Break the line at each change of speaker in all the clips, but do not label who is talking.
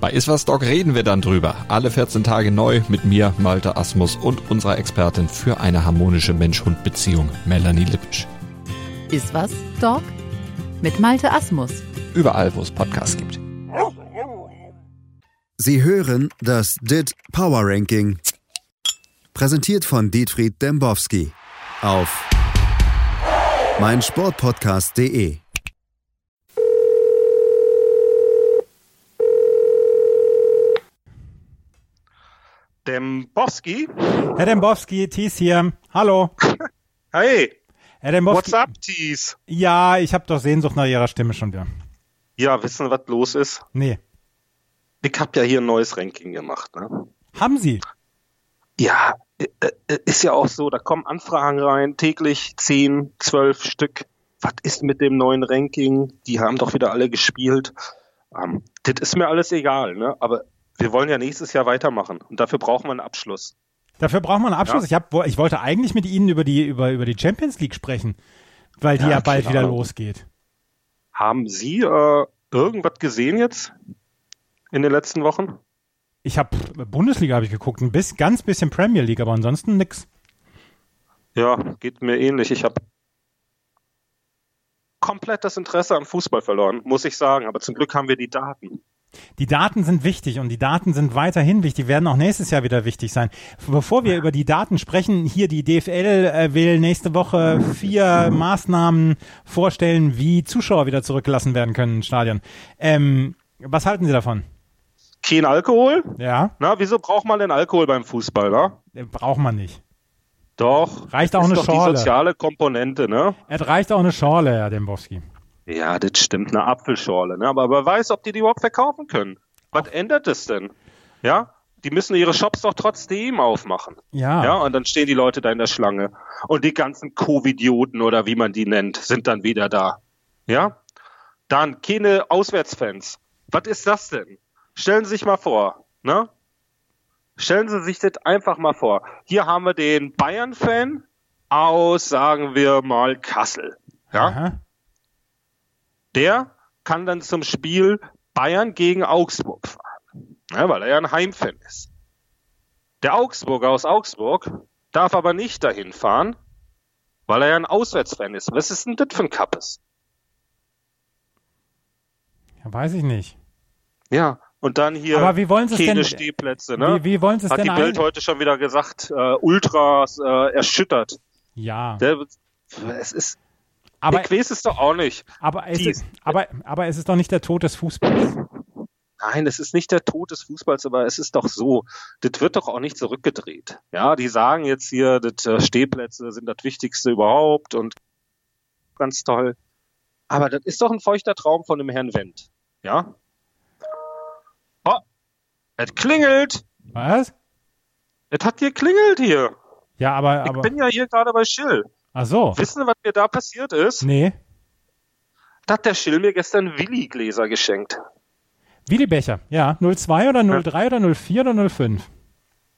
Bei Iswas Dog reden wir dann drüber. Alle 14 Tage neu mit mir, Malte Asmus und unserer Expertin für eine harmonische Mensch-Hund-Beziehung, Melanie Lippisch.
Ist was, Dog? Mit Malte Asmus.
Überall, wo es Podcasts gibt.
Sie hören das DIT Power Ranking. Präsentiert von Dietfried Dembowski auf meinsportpodcast.de.
Dembowski.
Herr Dembowski, Thies hier. Hallo.
Hey,
Herr Dembowski.
what's up, Tees?
Ja, ich habe doch Sehnsucht nach Ihrer Stimme schon wieder.
Ja, wissen, was los ist?
Nee.
Ich hab ja hier ein neues Ranking gemacht. Ne?
Haben Sie?
Ja, äh, äh, ist ja auch so, da kommen Anfragen rein, täglich 10, 12 Stück. Was ist mit dem neuen Ranking? Die haben doch wieder alle gespielt. Ähm, das ist mir alles egal, ne? aber wir wollen ja nächstes Jahr weitermachen und dafür brauchen wir einen Abschluss.
Dafür braucht man einen Abschluss.
Ja.
Ich, hab, wo- ich wollte eigentlich mit Ihnen über die, über, über die Champions League sprechen, weil die ja,
Ja,
bald
klar.
wieder losgeht.
Haben Sie äh, irgendwas gesehen jetzt in den letzten Wochen?
Ich habe Bundesliga habe ich geguckt, ein bis, ganz bisschen Premier League, aber ansonsten nix.
Ja, geht mir ähnlich. Ich habe komplett das Interesse am Fußball verloren, muss ich sagen. Aber zum Glück haben wir die Daten.
Die Daten sind wichtig und die Daten sind weiterhin wichtig, die werden auch nächstes Jahr wieder wichtig sein. Bevor wir über die Daten sprechen, hier die DFL äh, will nächste Woche vier Maßnahmen vorstellen, wie Zuschauer wieder zurückgelassen werden können in Stadion. Ähm, was halten Sie davon?
Kein Alkohol?
Ja,
Na, wieso braucht man denn Alkohol beim Fußball, ne?
äh, braucht man nicht.
Doch.
Reicht
das
auch
ist
eine
doch
Schorle.
die soziale Komponente, ne?
Es reicht auch eine Schorle, Herr Dembowski.
Ja, das stimmt, eine Apfelschorle, ne? Aber wer weiß, ob die die überhaupt verkaufen können. Was ändert es denn? Ja? Die müssen ihre Shops doch trotzdem aufmachen.
Ja.
Ja, und dann stehen die Leute da in der Schlange. Und die ganzen Covidioten oder wie man die nennt, sind dann wieder da. Ja? Dann keine Auswärtsfans. Was ist das denn? Stellen Sie sich mal vor, ne? Stellen Sie sich das einfach mal vor. Hier haben wir den Bayern-Fan aus, sagen wir mal, Kassel. Ja?
Aha.
Der kann dann zum Spiel Bayern gegen Augsburg fahren, ja, weil er ja ein Heimfan ist. Der Augsburger aus Augsburg darf aber nicht dahin fahren, weil er ja ein Auswärtsfan ist. Was ist denn das für ein Kappes?
Ja, weiß ich nicht.
Ja, und dann hier
Aber wie wollen Sie es
keine
denn-
Stehplätze. Ne?
Wie, wie wollen Sie es
Hat
denn
die Bild
ein-
heute schon wieder gesagt, äh, Ultras äh, erschüttert.
Ja,
Der, es ist,
aber,
ich weiß es doch auch nicht.
aber, es
die-
ist, aber, aber es ist doch nicht der Tod des Fußballs.
Nein, es ist nicht der Tod des Fußballs, aber es ist doch so. Das wird doch auch nicht zurückgedreht. Ja, die sagen jetzt hier, das äh, Stehplätze sind das Wichtigste überhaupt und ganz toll. Aber das ist doch ein feuchter Traum von dem Herrn Wendt. Ja? Oh, es klingelt.
Was?
Es hat hier klingelt hier.
Ja, aber,
Ich
aber,
bin ja hier gerade bei Schill.
ach so.
Wissen Sie, was mir da passiert ist?
Nee.
Da hat der Schill mir gestern Willi-Gläser geschenkt.
Wiedebecher, ja. 02 oder 03 oder 04 oder 05?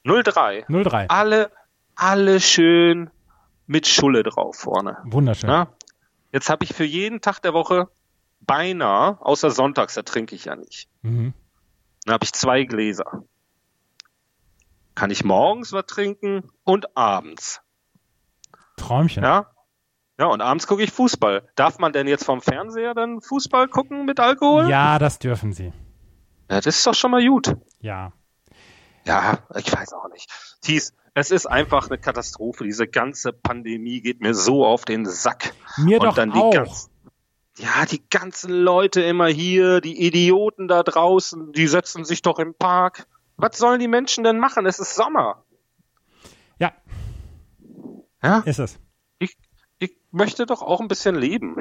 03.
03.
Alle, alle schön mit Schulle drauf vorne.
Wunderschön.
Na, jetzt habe ich für jeden Tag der Woche beinahe, außer sonntags, da trinke ich ja nicht.
Mhm.
Da habe ich zwei Gläser. Kann ich morgens was trinken und abends.
Träumchen.
Ja? Ja, und abends gucke ich Fußball. Darf man denn jetzt vom Fernseher dann Fußball gucken mit Alkohol?
Ja, das dürfen sie.
ja das ist doch schon mal gut.
Ja.
Ja, ich weiß auch nicht. Thies, es ist einfach eine Katastrophe. Diese ganze Pandemie geht mir so auf den Sack.
Mir
Und
doch
dann die
auch.
ganz- Ja, die ganzen Leute immer hier, die Idioten da draußen, die setzen sich doch im Park. Was sollen die Menschen denn machen? Es ist Sommer.
Ja,
Ja?
ist es.
Ich, ich möchte doch auch ein bisschen leben.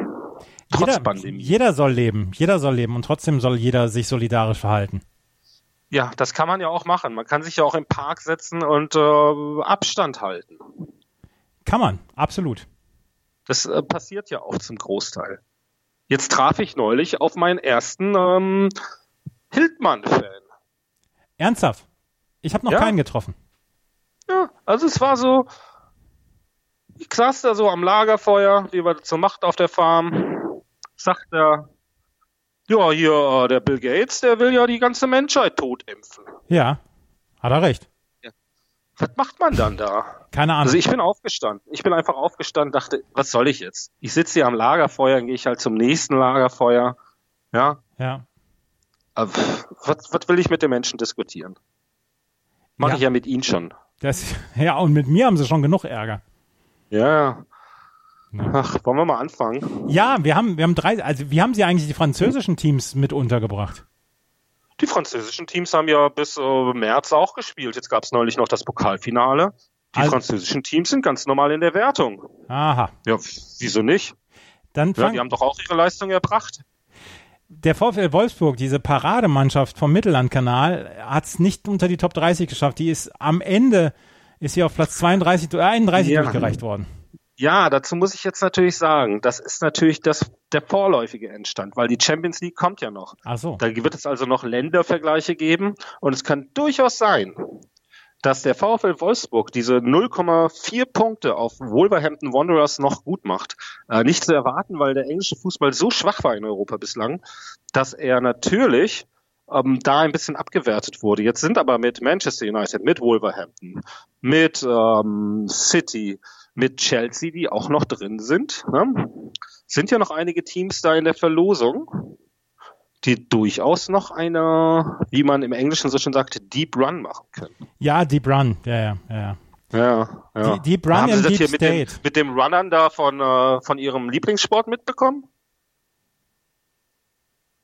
Trotz
Jeder,
Pandemie.
jeder soll leben. Jeder soll leben und trotzdem soll jeder sich solidarisch verhalten.
Ja, das kann man ja auch machen. Man kann sich ja auch im Park setzen und äh, Abstand halten.
Kann man, absolut.
Das äh, passiert ja auch zum Großteil. Jetzt traf ich neulich auf meinen ersten ähm, Hildmann-Fan.
Ernsthaft? Ich habe noch
Ja.
keinen getroffen.
Ja, also es war so, ich saß da so am Lagerfeuer, wie wir zur Macht auf der Farm, sagt er, ja, hier, äh, der Bill Gates, der will ja die ganze Menschheit totimpfen.
Ja, hat er recht.
Was macht man dann da?
Keine Ahnung.
Also ich bin aufgestanden. Ich bin einfach aufgestanden, dachte, was soll ich jetzt? Ich sitze hier am Lagerfeuer, dann gehe ich halt zum nächsten Lagerfeuer. Ja,
ja.
äh, pff, was, was will ich mit den Menschen diskutieren? Mache
Ja.
ich ja mit ihnen schon.
Das, ja, und mit mir haben sie schon genug Ärger.
Ja,
Ja.
ja. Ach, wollen wir mal anfangen?
Ja, wir haben, wir haben drei, also wie haben sie eigentlich die französischen Teams mit untergebracht?
Die französischen Teams haben ja bis äh, März auch gespielt. Jetzt gab es neulich noch das Pokalfinale. Die
Also-
französischen Teams sind ganz normal in der Wertung.
Aha.
Ja, wieso nicht?
Dann
Ja,
fang,
die haben doch auch ihre Leistung erbracht.
der VfL Wolfsburg, diese Parademannschaft vom Mittellandkanal, hat es nicht unter die Top 30 geschafft. Die ist am Ende, ist sie auf Platz 32, du- äh, 31
Ja.
durchgereicht worden.
Ja, dazu muss ich jetzt natürlich sagen, das ist natürlich das, der vorläufige Endstand, weil die Champions League kommt ja noch.
Ach so.
Da wird es also noch Ländervergleiche geben und es kann durchaus sein, dass der VfL Wolfsburg diese 0,4 Punkte auf Wolverhampton Wanderers noch gut macht. Äh, nicht zu erwarten, weil der englische Fußball so schwach war in Europa bislang, dass er natürlich ähm, da ein bisschen abgewertet wurde. Jetzt sind aber mit Manchester United, mit Wolverhampton, mit ähm, City, mit Chelsea, die auch noch drin sind, ne? sind ja noch einige Teams da in der Verlosung die durchaus noch eine, wie man im Englischen so schön sagt, Deep Run machen können.
Ja, Deep Run. Ja, ja, ja.
Ja, ja.
Die- Deep Run
Haben
in
Sie das
Deep
hier mit dem,
State.
mit dem Runnern da von, äh, von Ihrem Lieblingssport mitbekommen?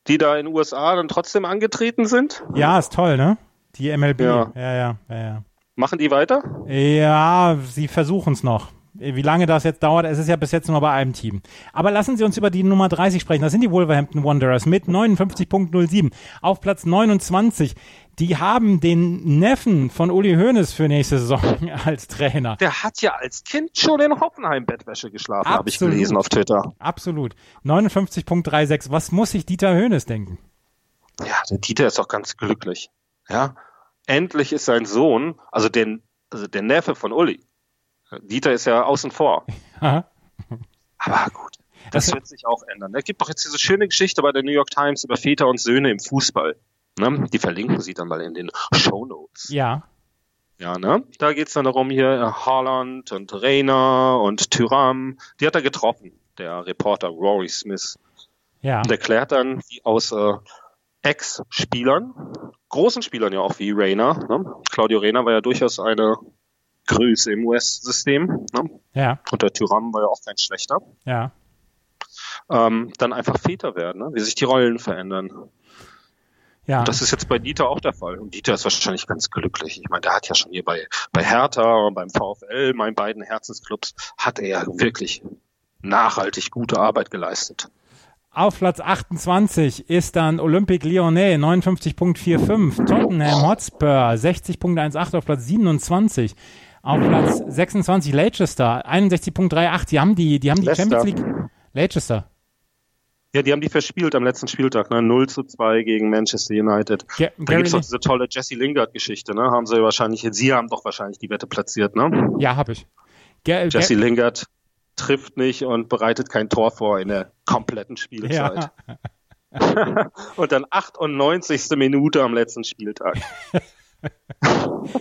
Die da in den USA dann trotzdem angetreten sind?
Ja, ist toll, ne? Die MLB.
Ja.
ja, ja, ja.
Machen die weiter?
ja. ja sie versuchen es noch. Äh, Wie lange das jetzt dauert, es ist ja bis jetzt nur bei einem Team. Aber lassen Sie uns über die Nummer 30 sprechen. Das sind die Wolverhampton Wanderers mit 59.07 auf Platz 29. Die haben den Neffen von Uli Hoeneß für nächste Saison als Trainer.
Der hat ja als Kind schon in Hoffenheim Bettwäsche geschlafen, habe ich
Absolut.
gelesen auf Twitter.
Absolut. 59.36. Was muss sich Dieter Hoeneß denken?
Ja, der Dieter ist auch ganz glücklich. Ja, endlich ist sein Sohn, also, den, also der Neffe von Uli. Dieter ist ja außen vor.
Aha.
Aber gut, das
Also-
wird sich auch ändern. ne? Es gibt doch jetzt diese schöne Geschichte bei der New York Times über Väter und Söhne im Fußball. Ne? Die verlinken sie dann mal in den Show Notes.
Ja.
Ja, ne? Da geht's dann darum, hier äh, Haaland und Rainer und Tyram. Die hat er getroffen, der Reporter Rory Smith.
Ja.
Und erklärt dann, wie aus äh, Ex-Spielern, großen Spielern ja auch wie Rainer, ne? Claudio Rainer war ja durchaus eine Größe im US-System. Ne?
Ja.
Und der Tyram war ja auch kein schlechter
Ja.
ähm, dann einfach Väter werden, ne? wie sich die Rollen verändern.
Ja.
Das ist jetzt bei Dieter auch der Fall. Und Dieter ist wahrscheinlich ganz glücklich. Ich meine, der hat ja schon hier bei, bei Hertha und beim VfL, meinen beiden Herzensclubs, hat er ja wirklich nachhaltig gute Arbeit geleistet.
Auf Platz 28 ist dann Olympique Lyonnais 59.45, Tottenham Hotspur 60.18 auf Platz 27. Auf Platz 26 Leicester 61.38. Die haben die, die haben die
Leicester.
Champions League. Leicester.
Ja, die haben die verspielt am letzten Spieltag, ne? 0 zu 2 gegen Manchester United.
Ge
Da
Gary
gibt's doch
Le
diese tolle Jesse Lingard-Geschichte, ne? Haben sie wahrscheinlich, sie haben doch wahrscheinlich die Wette platziert, ne?
ja, habe ich. Ge
Jesse
Ge
Lingard trifft nicht und bereitet kein Tor vor in der kompletten Spielzeit.
ja,
Und dann 98. Minute am letzten Spieltag.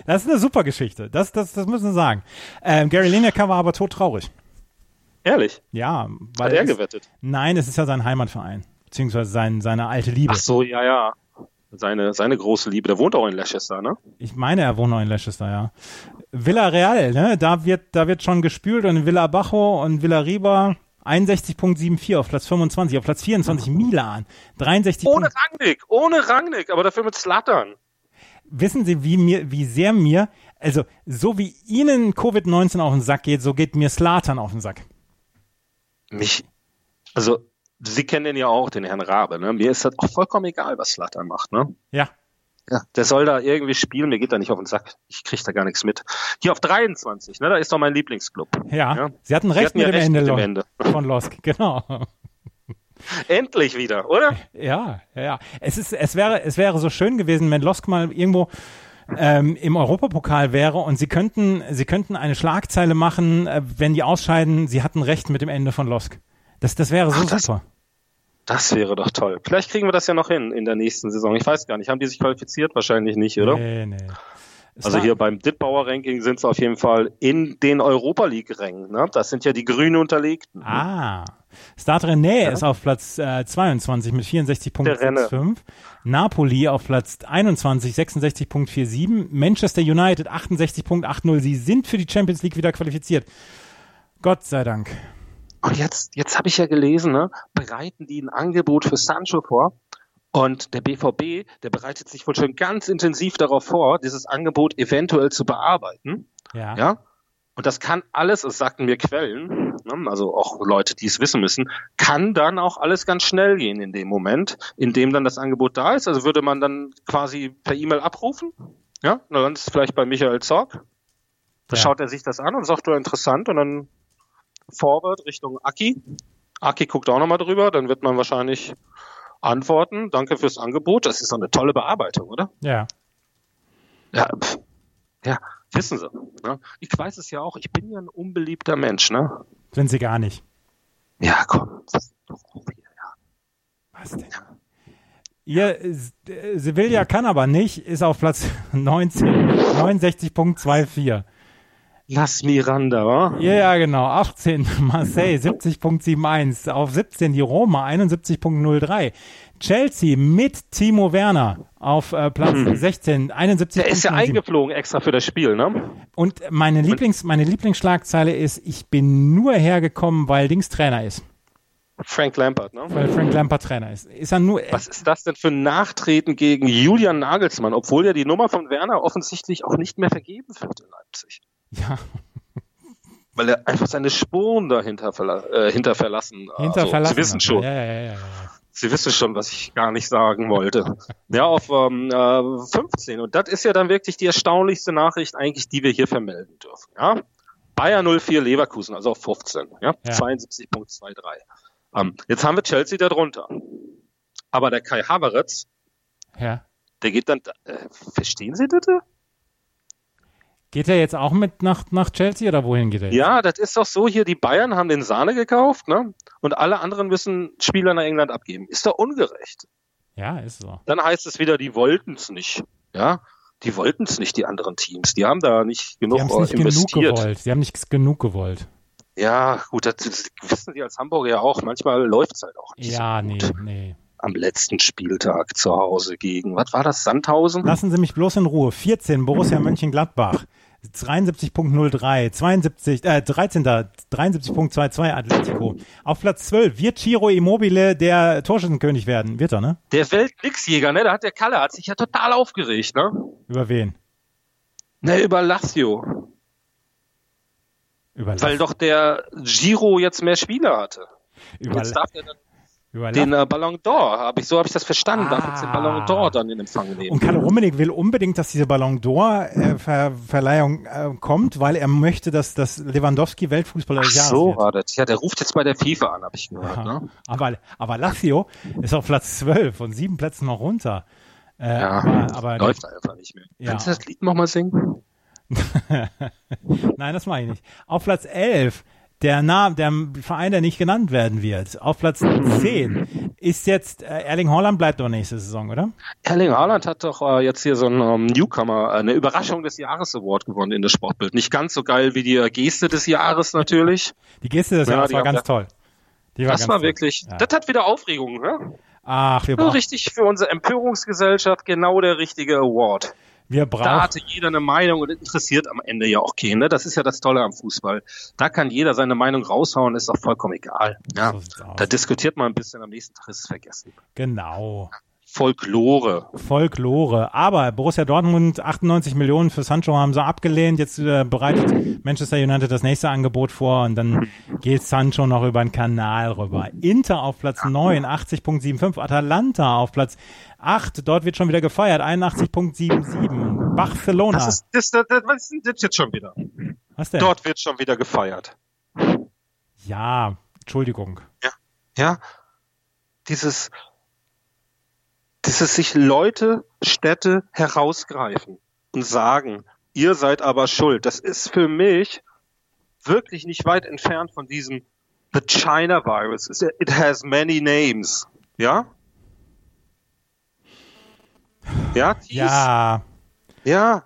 das ist eine super Geschichte. Das, das, das müssen wir sagen. Ähm, Gary Lineker war aber todtraurig.
Ehrlich,
Ja, weil
hat er
es-
gewettet.
Nein, es ist ja sein Heimatverein. Beziehungsweise sein, seine alte Liebe.
Ach so, ja, ja. Seine, seine große Liebe. Der wohnt auch in Leicester, ne?
Ich meine, er wohnt noch in Leicester, ja. Villarreal, ne? Da wird, da wird schon gespült und Villa Bajo und Villa Riba 61.74 auf Platz 25, auf Platz 24 Milan 63.
Ohne
Punkt-
Rangnick, ohne Rangnick, aber dafür mit Slattern.
Wissen Sie, wie mir, wie sehr mir, also so wie Ihnen Covid-19 auf den Sack geht, so geht mir Slatan auf den Sack.
Mich, also, Sie kennen den ja auch, den Herrn Rabe, ne? Mir ist das auch vollkommen egal, was Slattern macht, ne?
Ja,
Ja. Der soll da irgendwie spielen, mir geht da nicht auf den Sack. Ich krieg da gar nichts mit. Hier auf 23, ne, da ist doch mein Lieblingsclub.
Ja,
Ja.
Sie hatten recht,
hatten
mit,
ja
dem
recht
Ende
mit dem
Lo-
Ende.
von Losk, genau.
Endlich wieder, oder?
Ja, ja, ja. Es, ist, es, wäre, es wäre so schön gewesen, wenn Losk mal irgendwo ähm, im Europapokal wäre und sie könnten, sie könnten eine Schlagzeile machen, äh, wenn die ausscheiden, sie hatten recht mit dem Ende von Losk. Das, das wäre so
Ach, das-
super.
Das wäre doch toll. Vielleicht kriegen wir das ja noch hin in der nächsten Saison. Ich weiß gar nicht. Haben die sich qualifiziert? Wahrscheinlich nicht, oder?
Nee, nee. Es
Also
war-
hier beim Dittbauer-Ranking sind sie auf jeden Fall in den Europa League-Rängen. Ne? Das sind ja die grün unterlegten.
Ah. Start René ist auf Platz äh, 22 mit
Der Renne.
64.65. Napoli auf Platz 21, 66.47. Manchester United 68.80. Sie sind für die Champions League wieder qualifiziert. Gott sei Dank.
Und Oh, jetzt, jetzt habe ich ja gelesen, ne? bereiten die ein Angebot für Sancho vor. Und der BVB, der bereitet sich wohl schon ganz intensiv darauf vor, dieses Angebot eventuell zu bearbeiten.
Ja.
Ja? Und das kann alles, es sagten mir Quellen, ne, also auch Leute, die es wissen müssen, kann dann auch alles ganz schnell gehen in dem Moment, in dem dann das Angebot da ist. Also würde man dann quasi per E-Mail abrufen. Ja, na, dann ist es vielleicht bei Michael Zorg. Da
Ja.
schaut er sich das an und sagt, du interessant. Und dann forward Richtung Aki. Aki guckt auch nochmal drüber. Dann wird man wahrscheinlich antworten. Danke fürs Angebot. Das ist doch eine tolle Bearbeitung, oder?
Ja.
Ja, pf. ja wissen Sie. Ne? Ich weiß es ja auch, ich bin ja ein unbeliebter Mensch, ne?
Sind sie gar nicht.
Ja, komm.
Was denn? Ihr äh, Sevilla kann aber nicht, ist auf Platz 19, 69.24.
Lass Miranda, wa?
Ja, ja, genau. 18 Marseille 70.71. Auf 17 die Roma 71.03. Chelsea mit Timo Werner auf äh, Platz 16 71.
Hm. Der ist ja eingeflogen extra für das Spiel, ne?
Und meine Lieblings meine Lieblingsschlagzeile ist ich bin nur hergekommen, weil Dings Trainer ist,
Frank Lampard, ne?
weil Frank Lampard Trainer ist. Ist er nur
Was ist das denn für ein Nachtreten gegen Julian Nagelsmann, obwohl ja die Nummer von Werner offensichtlich auch nicht mehr vergeben wird in Leipzig?
ja,
Weil er einfach seine Spuren dahinter verla äh, hinter verlassen.
hinter
also,
verlassen
Sie wissen
hat. ne?
schon.
Ja, ja, ja, ja, ja.
Sie wissen schon, was ich gar nicht sagen wollte. Ja, auf ähm, äh, 15. Und das ist ja dann wirklich die erstaunlichste Nachricht eigentlich, die wir hier vermelden dürfen. Ja? Bayer 04 Leverkusen, also auf 15. Ja?
Ja.
72.23. Ähm, jetzt haben wir Chelsea darunter. Aber der Kai Havertz,
ja.
der geht dann, äh, verstehen Sie das?
Geht er jetzt auch mit nach nach Chelsea oder wohin geht er? jetzt?
Ja, das ist doch so hier, die Bayern haben den Sahne gekauft, ne? Und alle anderen müssen Spieler nach England abgeben. Ist doch ungerecht.
Ja, ist so.
dann heißt es wieder, die wollten es nicht. Ja, die wollten es nicht, die anderen Teams. Die haben da nicht
Sie
genug äh,
haben es nicht genug
investiert.
gewollt. Sie haben nicht genug gewollt.
ja, gut, das, das wissen sie als Hamburger ja auch. Manchmal läuft es halt auch nicht.
Ja,
so
nee,
gut.
nee.
Am letzten Spieltag zu Hause gegen, was war das, Sandhausen?
Lassen Sie mich bloß in Ruhe. 14, Borussia Mönchengladbach. 73.03, 72, äh, 13. 73.22 Atletico. Auf Platz 12 wird Ciro Immobile der Torschützenkönig werden. Wird er, ne?
der Weltnixjäger, ne? Da hat der Kalle, hat sich ja total aufgeregt, ne?
Über wen?
Ne, über Lazio.
Über,
Weil doch der Giro jetzt mehr Spieler hatte.
über,
Jetzt darf er dann
über
den äh, Ballon d'Or, hab ich, so habe ich das verstanden, darf jetzt den
Ah.
Ballon d'Or dann in Empfang nehmen.
Und Karl Rummenigge will unbedingt, dass diese Ballon d'Or-Verleihung äh, kommt, weil er möchte, dass, dass Lewandowski Weltfußballer
Ach
des Jahres
so
wird.
war das. Ja, der ruft jetzt bei der FIFA an, habe ich gehört.
Ja.
Ne?
Aber, aber Lazio ist auf Platz 12 von sieben Plätzen noch runter. Äh,
Ja,
aber, aber
läuft einfach nicht mehr.
Ja.
Kannst du das Lied nochmal singen?
nein, das mache ich nicht. Auf Platz 11 der Name, der Verein, der nicht genannt werden wird. Auf Platz 10 ist jetzt äh, Erling Haaland bleibt doch nächste Saison, oder?
Erling Haaland hat doch äh, jetzt hier so einen ähm, Newcomer, äh, eine Überraschung des Jahres Award gewonnen in der Sportbild. Nicht ganz so geil wie die äh, Geste des Jahres natürlich.
Die Geste des
Ja,
Jahres
die
war
haben
ganz
ja-
toll. Die
das
ganz
war
toll.
wirklich,
Ja. Genau.
das hat wieder Aufregung. Ne?
Ach, wir,
So
brauch,
richtig für unsere Empörungsgesellschaft genau der richtige Award.
wir
Da
brauchen.
hatte jeder eine Meinung und das interessiert am Ende ja auch keinen. Ne? Das ist ja das Tolle am Fußball. Da kann jeder seine Meinung raushauen, ist doch vollkommen egal. Ja.
So sieht's aus.
Da diskutiert man ein bisschen, am nächsten Tag ist es vergessen.
Genau.
Folklore.
Folklore. Aber Borussia Dortmund 98 Millionen für Sancho haben sie abgelehnt. Jetzt äh, bereitet Manchester United das nächste Angebot vor und dann geht Sancho noch über den Kanal rüber. Inter auf Platz 9, 80.75. Atalanta auf Platz 8. Dort wird schon wieder gefeiert, 81.77. Barcelona.
Das ist, das, das, das, was ist denn das jetzt schon wieder?
Was denn?
Dort wird schon wieder gefeiert.
Ja, Entschuldigung.
Ja, dieses, dieses sich Leute, Städte herausgreifen und sagen, ihr seid aber schuld. Das ist für mich wirklich nicht weit entfernt von diesem The China Virus. Es- It has many names. Ja? Ja? Thies?
Ja.
Ja.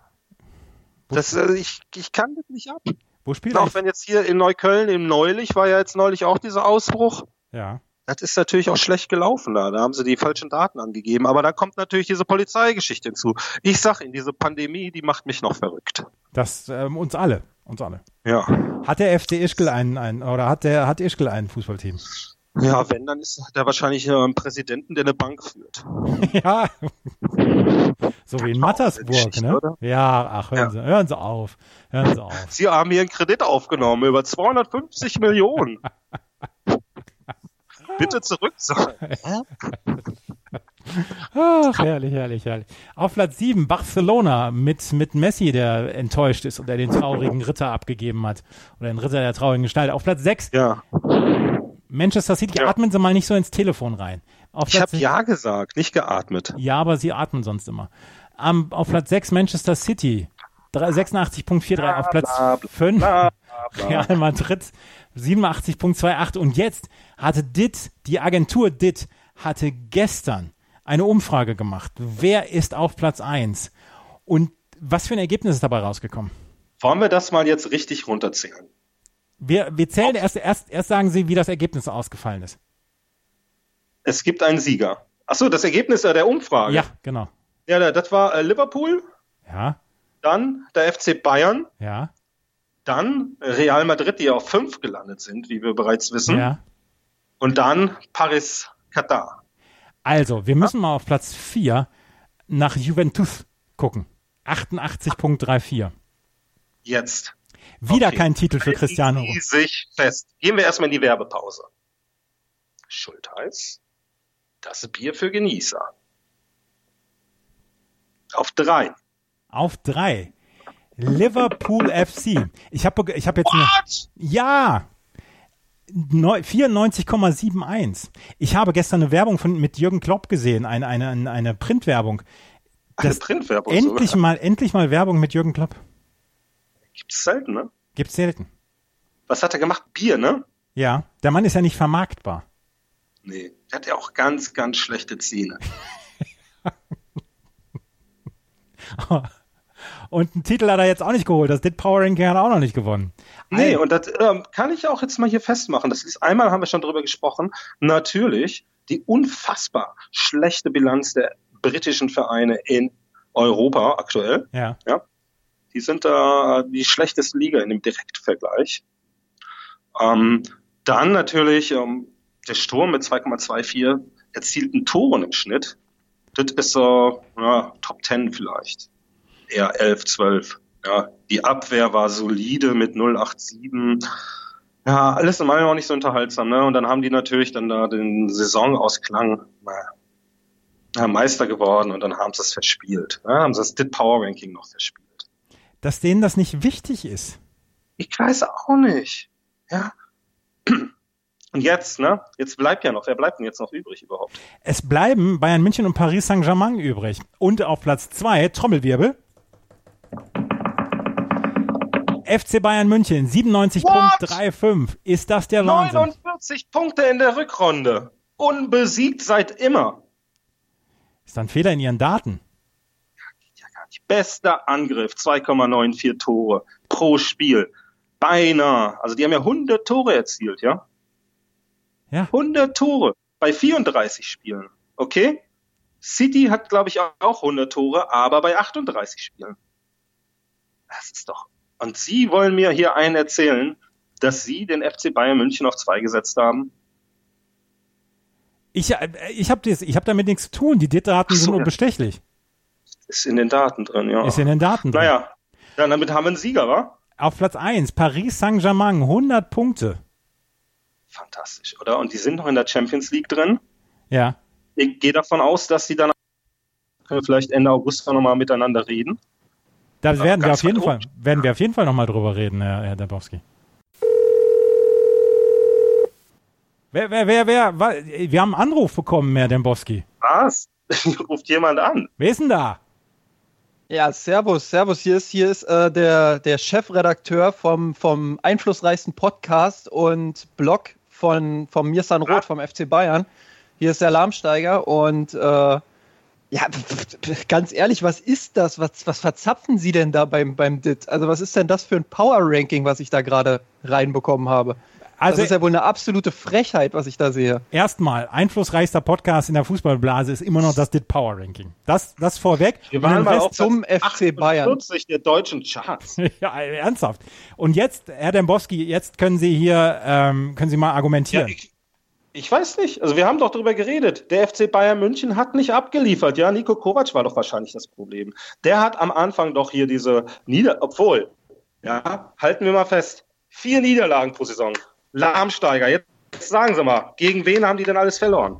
Das, äh, ich, ich kann das nicht ab.
Wo spielt
Auch
er?
wenn jetzt hier in Neukölln, im Neulich, war ja jetzt neulich auch dieser Ausbruch.
Ja.
Das ist natürlich auch schlecht gelaufen da. Da haben sie die falschen Daten angegeben. Aber da kommt natürlich diese Polizeigeschichte hinzu. Ich sag Ihnen, diese Pandemie, die macht mich noch verrückt.
Das ähm, uns alle. Uns alle.
Ja.
Hat der FC Ischgl einen, einen oder hat der hat Ischgl ein Fußballteam?
Ja, wenn, dann ist, hat er wahrscheinlich äh, einen Präsidenten, der eine Bank führt.
ja. So wie in Mattersburg,
Geschichte,
ne?
oder?
Ja, ach, hören
Ja.
Sie, hören Sie auf. Hören Sie auf.
Sie haben hier einen Kredit aufgenommen über 250 Millionen. Bitte zurückzahlen.
Ach, herrlich, herrlich, herrlich. Auf Platz 7 Barcelona mit, mit Messi, der enttäuscht ist und der den traurigen Ritter abgegeben hat. Oder den Ritter der traurigen Gestalt. Auf Platz 6
Ja,
Manchester City,
Ja.
atmen Sie mal nicht so ins Telefon rein. Auf
ich
Platz
habe Ja gesagt, nicht geatmet.
Ja, aber sie atmen sonst immer. Am, auf Platz 6 Manchester City. Drei- 86.43 auf Platz 5 Real Madrid 87.28 und jetzt hatte DIT, die Agentur DIT, hatte gestern eine Umfrage gemacht. Wer ist auf Platz 1? Und was für ein Ergebnis ist dabei rausgekommen?
Wollen wir das mal jetzt richtig runterzählen?
Wir, wir zählen erst, erst, erst sagen sie, wie das Ergebnis ausgefallen ist.
Es gibt einen Sieger. Achso, das Ergebnis äh, der Umfrage.
Ja, genau.
Ja, da- das war äh, Liverpool,
Ja,
dann der FC Bayern,
ja,
dann Real Madrid, die auf fünf gelandet sind, wie wir bereits wissen,
ja.
und dann Paris, Katar.
Also, wir müssen mal auf Platz 4 nach Juventus gucken. 88.34.
Jetzt.
Wieder
Okay.
kein Titel für Cristiano.
Die sich fest. Gehen wir erstmal in die Werbepause. Schultheiß, das Bier für Genießer. Auf drei.
Auf 3. Liverpool FC. Ich habe ich hab jetzt eine. Ja! Neu- 94,71. Ich habe gestern eine Werbung von, mit Jürgen Klopp gesehen, eine, eine, eine- eine Printwerbung.
Eine
Das-
Printwerbung.
Endlich mal, endlich mal Werbung mit Jürgen Klopp.
Gibt's selten, ne?
Gibt's selten.
Was hat er gemacht? Bier, ne?
Ja, der Mann ist ja nicht vermarktbar.
Nee, der hat ja auch ganz, ganz schlechte Zähne.
Und einen Titel hat er jetzt auch nicht geholt. Das Dit Power Ranking hat er auch noch nicht gewonnen. Also,
Nee, und das ähm, kann ich auch jetzt mal hier festmachen. Das ist einmal haben wir schon drüber gesprochen. Natürlich die unfassbar schlechte Bilanz der britischen Vereine in Europa aktuell.
Ja.
Die sind da die schlechteste Liga in dem Direktvergleich. Ähm, dann natürlich ähm, der Sturm mit 2,24 erzielten Toren im Schnitt. Das ist so ja, Top 10 vielleicht. Eher 11, 12. Ja, die Abwehr war solide mit 0,87. Ja, alles im Allgemeinen auch nicht so unterhaltsam. Ne? Und dann haben die natürlich dann da den Saisonausklang na, na, Meister geworden und dann haben sie es verspielt. Ja, haben sie das Dit Power Ranking noch verspielt.
dass denen das nicht wichtig ist.
Ich weiß auch nicht. Ja. Und jetzt, ne? Jetzt bleibt ja noch. Wer bleibt denn jetzt noch übrig überhaupt?
Es bleiben Bayern München und Paris Saint-Germain übrig. Und auf Platz 2, Trommelwirbel. FC Bayern München, 97.35. Ist das der Wahnsinn?
49 Punkte in der Rückrunde. Unbesiegt seit immer.
Ist da ein Fehler in ihren Daten?
Bester Angriff, 2,94 Tore pro Spiel. Beinahe. Also die haben ja 100 Tore erzielt, ja?
Ja.
100 Tore bei 34 Spielen. Okay? City hat, glaube ich, auch 100 Tore, aber bei 38 Spielen. Das ist doch. Und Sie wollen mir hier einen erzählen, dass Sie den FC Bayern München auf zwei gesetzt haben?
Ich, äh, ich habe hab damit nichts zu tun. Die Daten
Ach so,
sind
ja.
unbestechlich.
Ist in den Daten drin, ja.
Ist in den Daten drin.
naja, dann damit haben wir einen Sieger, wa?
Auf Platz 1, Paris Saint-Germain, 100 Punkte.
Fantastisch, oder? Und die sind noch in der Champions League drin.
Ja.
Ich gehe davon aus, dass sie dann können wir vielleicht Ende August auch nochmal miteinander reden.
Da werden, wir
ganz
auf jeden Fall,
verlobt.
werden wir auf jeden Fall nochmal drüber reden, Herr, Herr Dabowski. Wer, wer, wer, wer, wa- wir haben einen Anruf bekommen, Herr Dembowski.
Was? Ruft jemand an?
Wer ist denn da?
Ja, Servus, Servus. Hier ist, hier ist äh, der, der Chefredakteur vom, vom einflussreichsten Podcast und Blog von, von Mirsan Roth vom FC Bayern. Hier ist der Alarmsteiger und äh, ja, pf- pf- ganz ehrlich, was ist das? Was, was verzapfen Sie denn da beim, beim DIT? Also, was ist denn das für ein Power-Ranking, was ich da gerade reinbekommen habe? Also,
Also-
das ist ja wohl eine absolute Frechheit, was ich da sehe.
Erstmal, einflussreichster Podcast in der Fußballblase ist immer noch das DIT Power Ranking. Das, das vorweg. Und den Rest-
zum
Platz
FC Bayern.
48 der deutschen Charts.
ja, ernsthaft. Und jetzt, Herr Dembowski, jetzt können Sie hier, ähm, können Sie mal argumentieren.
ich, ich weiß nicht. Also wir haben doch drüber geredet. Der FC Bayern München hat nicht abgeliefert. Ja, Nico Kovac war doch wahrscheinlich das Problem. Der hat am Anfang doch hier diese Nieder... Obwohl, ja, halten wir mal fest. Vier Niederlagen pro Saison. Lahmsteiger. Jetzt sagen Sie mal, gegen wen haben die denn alles verloren?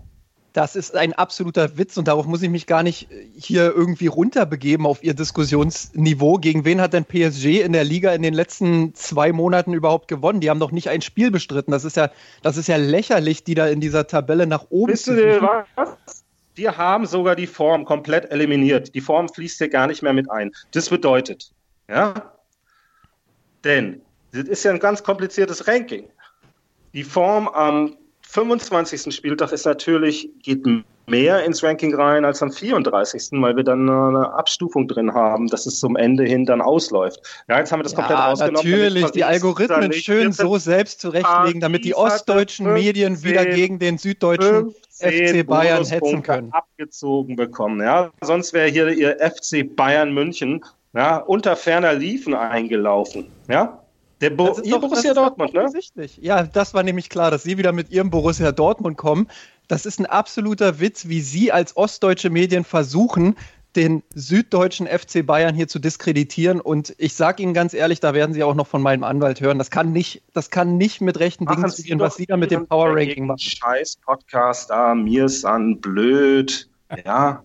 Das ist ein absoluter Witz und darauf muss ich mich gar nicht äh, hier irgendwie runterbegeben auf Ihr Diskussionsniveau. Gegen wen hat denn PSG in der Liga in den letzten zwei Monaten überhaupt gewonnen? Die haben doch nicht ein Spiel bestritten. Das ist ja, das ist ja lächerlich, die da in dieser Tabelle nach oben
Wisst
zu
ihr was? Wir haben sogar die Form komplett eliminiert. Die Form fließt hier gar nicht mehr mit ein. Das bedeutet, ja, denn das ist ja ein ganz kompliziertes Ranking. Die Form am 25. Spieltag ist natürlich, geht mehr ins Ranking rein als am 34., weil wir dann eine Abstufung drin haben, dass es zum Ende hin dann ausläuft. Ja, jetzt haben wir das komplett
ja,
rausgenommen.
natürlich,
damit
die
Paris dann
Algorithmen
nicht
schön
14
so selbst zurechtlegen, damit die
Paris hatte
ostdeutschen Medien
15,
wieder gegen den süddeutschen
15
FC Bayern
Bonuspunkte
hetzen können.
abgezogen bekommen. Ja? Sonst wäre hier ihr FC Bayern München ja, unter ferner Liefen eingelaufen. Ja? Der Bo
Das ist
Oh, ihr
doch-
Borussia
das ist doch
Dortmund, ne?
offensichtlich. Ja, das war nämlich klar, dass Sie wieder mit Ihrem Borussia Dortmund kommen. Das ist ein absoluter Witz, wie Sie als ostdeutsche Medien versuchen, den süddeutschen FC Bayern hier zu diskreditieren. Und ich sage Ihnen ganz ehrlich, da werden Sie auch noch von meinem Anwalt hören. Das kann nicht, das kann nicht mit rechten Dingen
Sie
passieren,
doch
was Sie da mit
ihren
dem Power Ranking
dreckigen
machen.
Scheiß Podcast da, mir ist an blöd. Ja.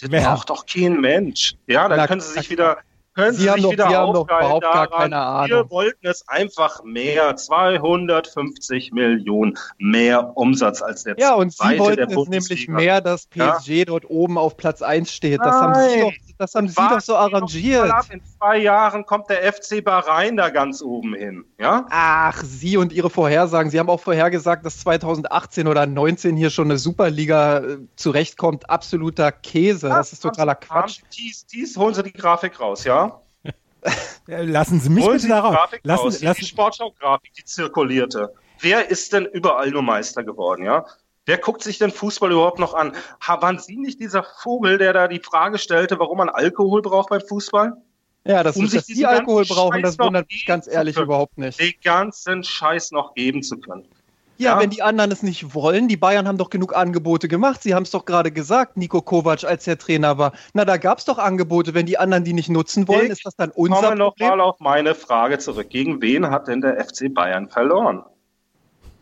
Das
Wer-
braucht doch kein Mensch. Ja, dann
Na,
können sie sich
na,
wieder. Können
Sie
sich
haben doch-
wieder
Sie haben doch
aufgeilen
überhaupt gar keine Ahnung.
Wir wollten es einfach mehr. 250 Millionen mehr Umsatz als der
Ja, und Sie
zweite
wollten
der
es nämlich
Bundesliga.
mehr, dass
Ja.
PSG dort oben auf Platz 1 steht. Das haben Sie
Nein.
doch, das haben Sie
Warten
doch so
Sie doch mal
arrangiert.
ab. In zwei Jahren kommt der FC Bahrain da ganz oben hin. Ja?
Ach, Sie und Ihre Vorhersagen. Sie haben auch vorhergesagt, dass 2018 oder 19 hier schon eine Superliga äh, zurechtkommt. Absoluter Käse. Das ist totaler Quatsch.
Dies, dies holen Sie die Grafik raus, ja?
Äh, Lassen Sie mich
Holen
bitte
Sie
da
die
raus.
Grafik
Lassen,
raus, die- die
lassen,
Sportschau-Grafik, die zirkulierte. Wer ist denn überall nur Meister geworden, ja? Wer guckt sich denn Fußball überhaupt noch an? Ha, waren Sie nicht dieser Vogel, der da die Frage stellte, warum man Alkohol braucht beim Fußball?
Ja, das
Um
ist,
sich
dass Sie
diesen
Alkohol
ganzen
brauchen,
Scheiß
das
noch
wundert mich
geben
ganz
zu
ehrlich
können.
überhaupt nicht.
Den ganzen Scheiß noch geben zu können.
Ja,
Ja.
wenn die anderen es nicht wollen, die Bayern haben doch genug Angebote gemacht. Sie haben es doch gerade gesagt, Nico Kovac, als er Trainer war. Na, da gab es doch Angebote. Wenn die anderen die nicht nutzen wollen,
Ich
ist das dann
Kommen
unser
wir nochmal
Problem.
auf meine Frage zurück. Gegen wen hat denn der FC Bayern verloren?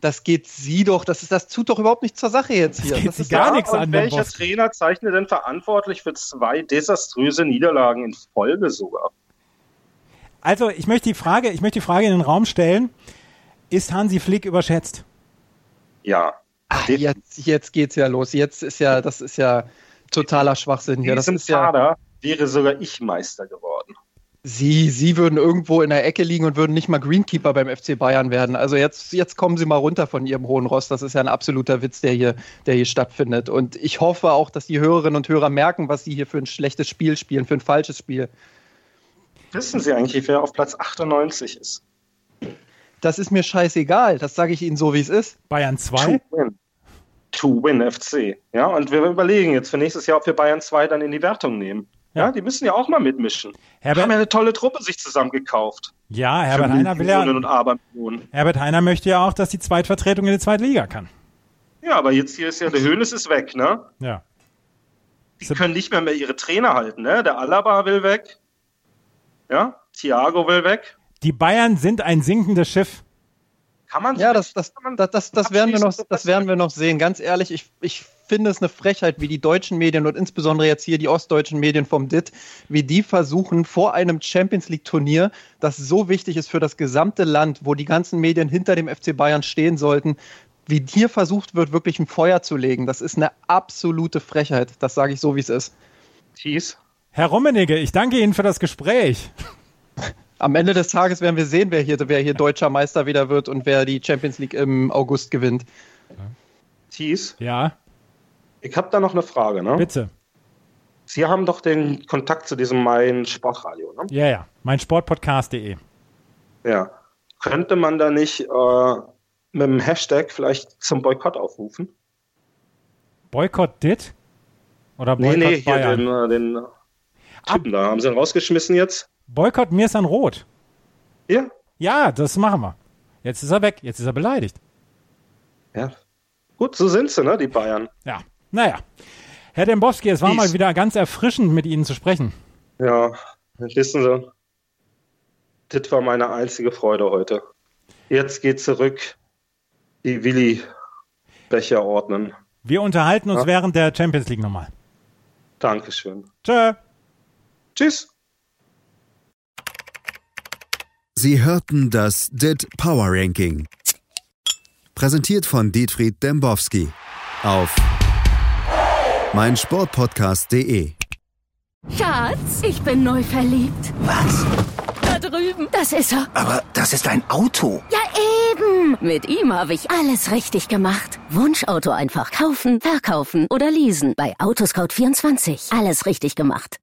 Das geht Sie doch. Das, ist, das tut doch überhaupt nichts zur Sache jetzt hier.
geht
Das
Sie
ist
gar
doch-
nichts
und
an, Herr
Welcher
Boss.
Trainer zeichnet denn verantwortlich für zwei desaströse Niederlagen in Folge sogar?
also ich möchte die Frage, ich möchte die Frage in den Raum stellen. Ist Hansi Flick überschätzt?
Ja.
Ach, jetzt, jetzt geht's ja los. Jetzt ist ja, das ist ja totaler Schwachsinn hier.
In
Das
diesem
ist ja,
Kader wäre sogar ich Meister geworden.
Sie, Sie würden irgendwo in der Ecke liegen und würden nicht mal Greenkeeper beim FC Bayern werden. Also jetzt, jetzt kommen Sie mal runter von Ihrem hohen Ross. Das ist ja ein absoluter Witz, der hier, der hier stattfindet. Und ich hoffe auch, dass die Hörerinnen und Hörer merken, was Sie hier für ein schlechtes Spiel spielen, für ein falsches Spiel.
Wissen Sie eigentlich, wer auf Platz 98 ist?
Das ist mir scheißegal. Das sage ich Ihnen so, wie es ist.
Bayern 2?
To win. To win FC. Ja, und wir überlegen jetzt für nächstes Jahr, ob wir Bayern 2 dann in die Wertung nehmen. Ja, die müssen ja auch mal mitmischen. Die
Herbert-
haben ja eine tolle Truppe sich zusammengekauft.
Ja,
Für
Herbert Heiner will
Millionen
ja,
und Abermillionen.
Herbert Heiner möchte ja auch, dass die Zweitvertretung in die Zweitliga kann.
Ja, aber jetzt hier ist ja, der Höhnes ist weg, ne?
Ja.
Die können nicht mehr, mehr ihre Trainer halten, ne? Der Alaba will weg. Ja, Thiago will weg.
Die Bayern sind ein sinkendes Schiff.
Kann man
Ja, das, das, das, das, das, werden, wir noch, das werden wir noch sehen. Ganz ehrlich, ich, ich finde es eine Frechheit, wie die deutschen Medien und insbesondere jetzt hier die ostdeutschen Medien vom DIT, wie die versuchen, vor einem Champions League-Turnier, das so wichtig ist für das gesamte Land, wo die ganzen Medien hinter dem FC Bayern stehen sollten, wie hier versucht wird, wirklich ein Feuer zu legen. Das ist eine absolute Frechheit. Das sage ich so, wie es ist.
Thies.
Herr Rummenigge, ich danke Ihnen für das Gespräch.
Am Ende des Tages werden wir sehen, wer hier, wer hier deutscher Meister wieder wird und wer die Champions League im August gewinnt.
Thies.
Ja,
Ich habe da noch eine Frage, ne?
bitte.
Sie haben doch den Kontakt zu diesem mein Sportradio, ne?
Ja, ja. Mein Sportpodcast.de.
Ja. Könnte man da nicht äh, mit dem Hashtag vielleicht zum Boykott aufrufen?
Boykott DIT? Oder
Nee,
Boykott
nee, hier
Bayern?
den, äh, den Typen da. Haben sie ihn rausgeschmissen jetzt?
Boykott mir ist an Rot.
Ja.
Ja, das machen wir. Jetzt ist er weg. Jetzt ist er beleidigt.
Ja. Gut, so sind sie, ne, die Bayern.
Ja, naja. Herr Dembowski, es war
Dies.
mal wieder ganz erfrischend, mit Ihnen zu sprechen.
Ja, wissen Sie, das war meine einzige Freude heute. Jetzt geht zurück, die Willi-Becher ordnen.
Wir unterhalten uns
Ja.
während der Champions League nochmal.
Dankeschön.
Tschö.
Tschüss.
Sie hörten das DIT Power Ranking. Präsentiert von Dietfried Dembowski auf meinsportpodcast.de.
Schatz, ich bin neu verliebt.
Was?
Da drüben. Das ist er.
Aber das ist ein Auto.
Ja, eben. Mit ihm habe ich alles richtig gemacht. Wunschauto einfach kaufen, verkaufen oder leasen. Bei Autoscout24. Alles richtig gemacht.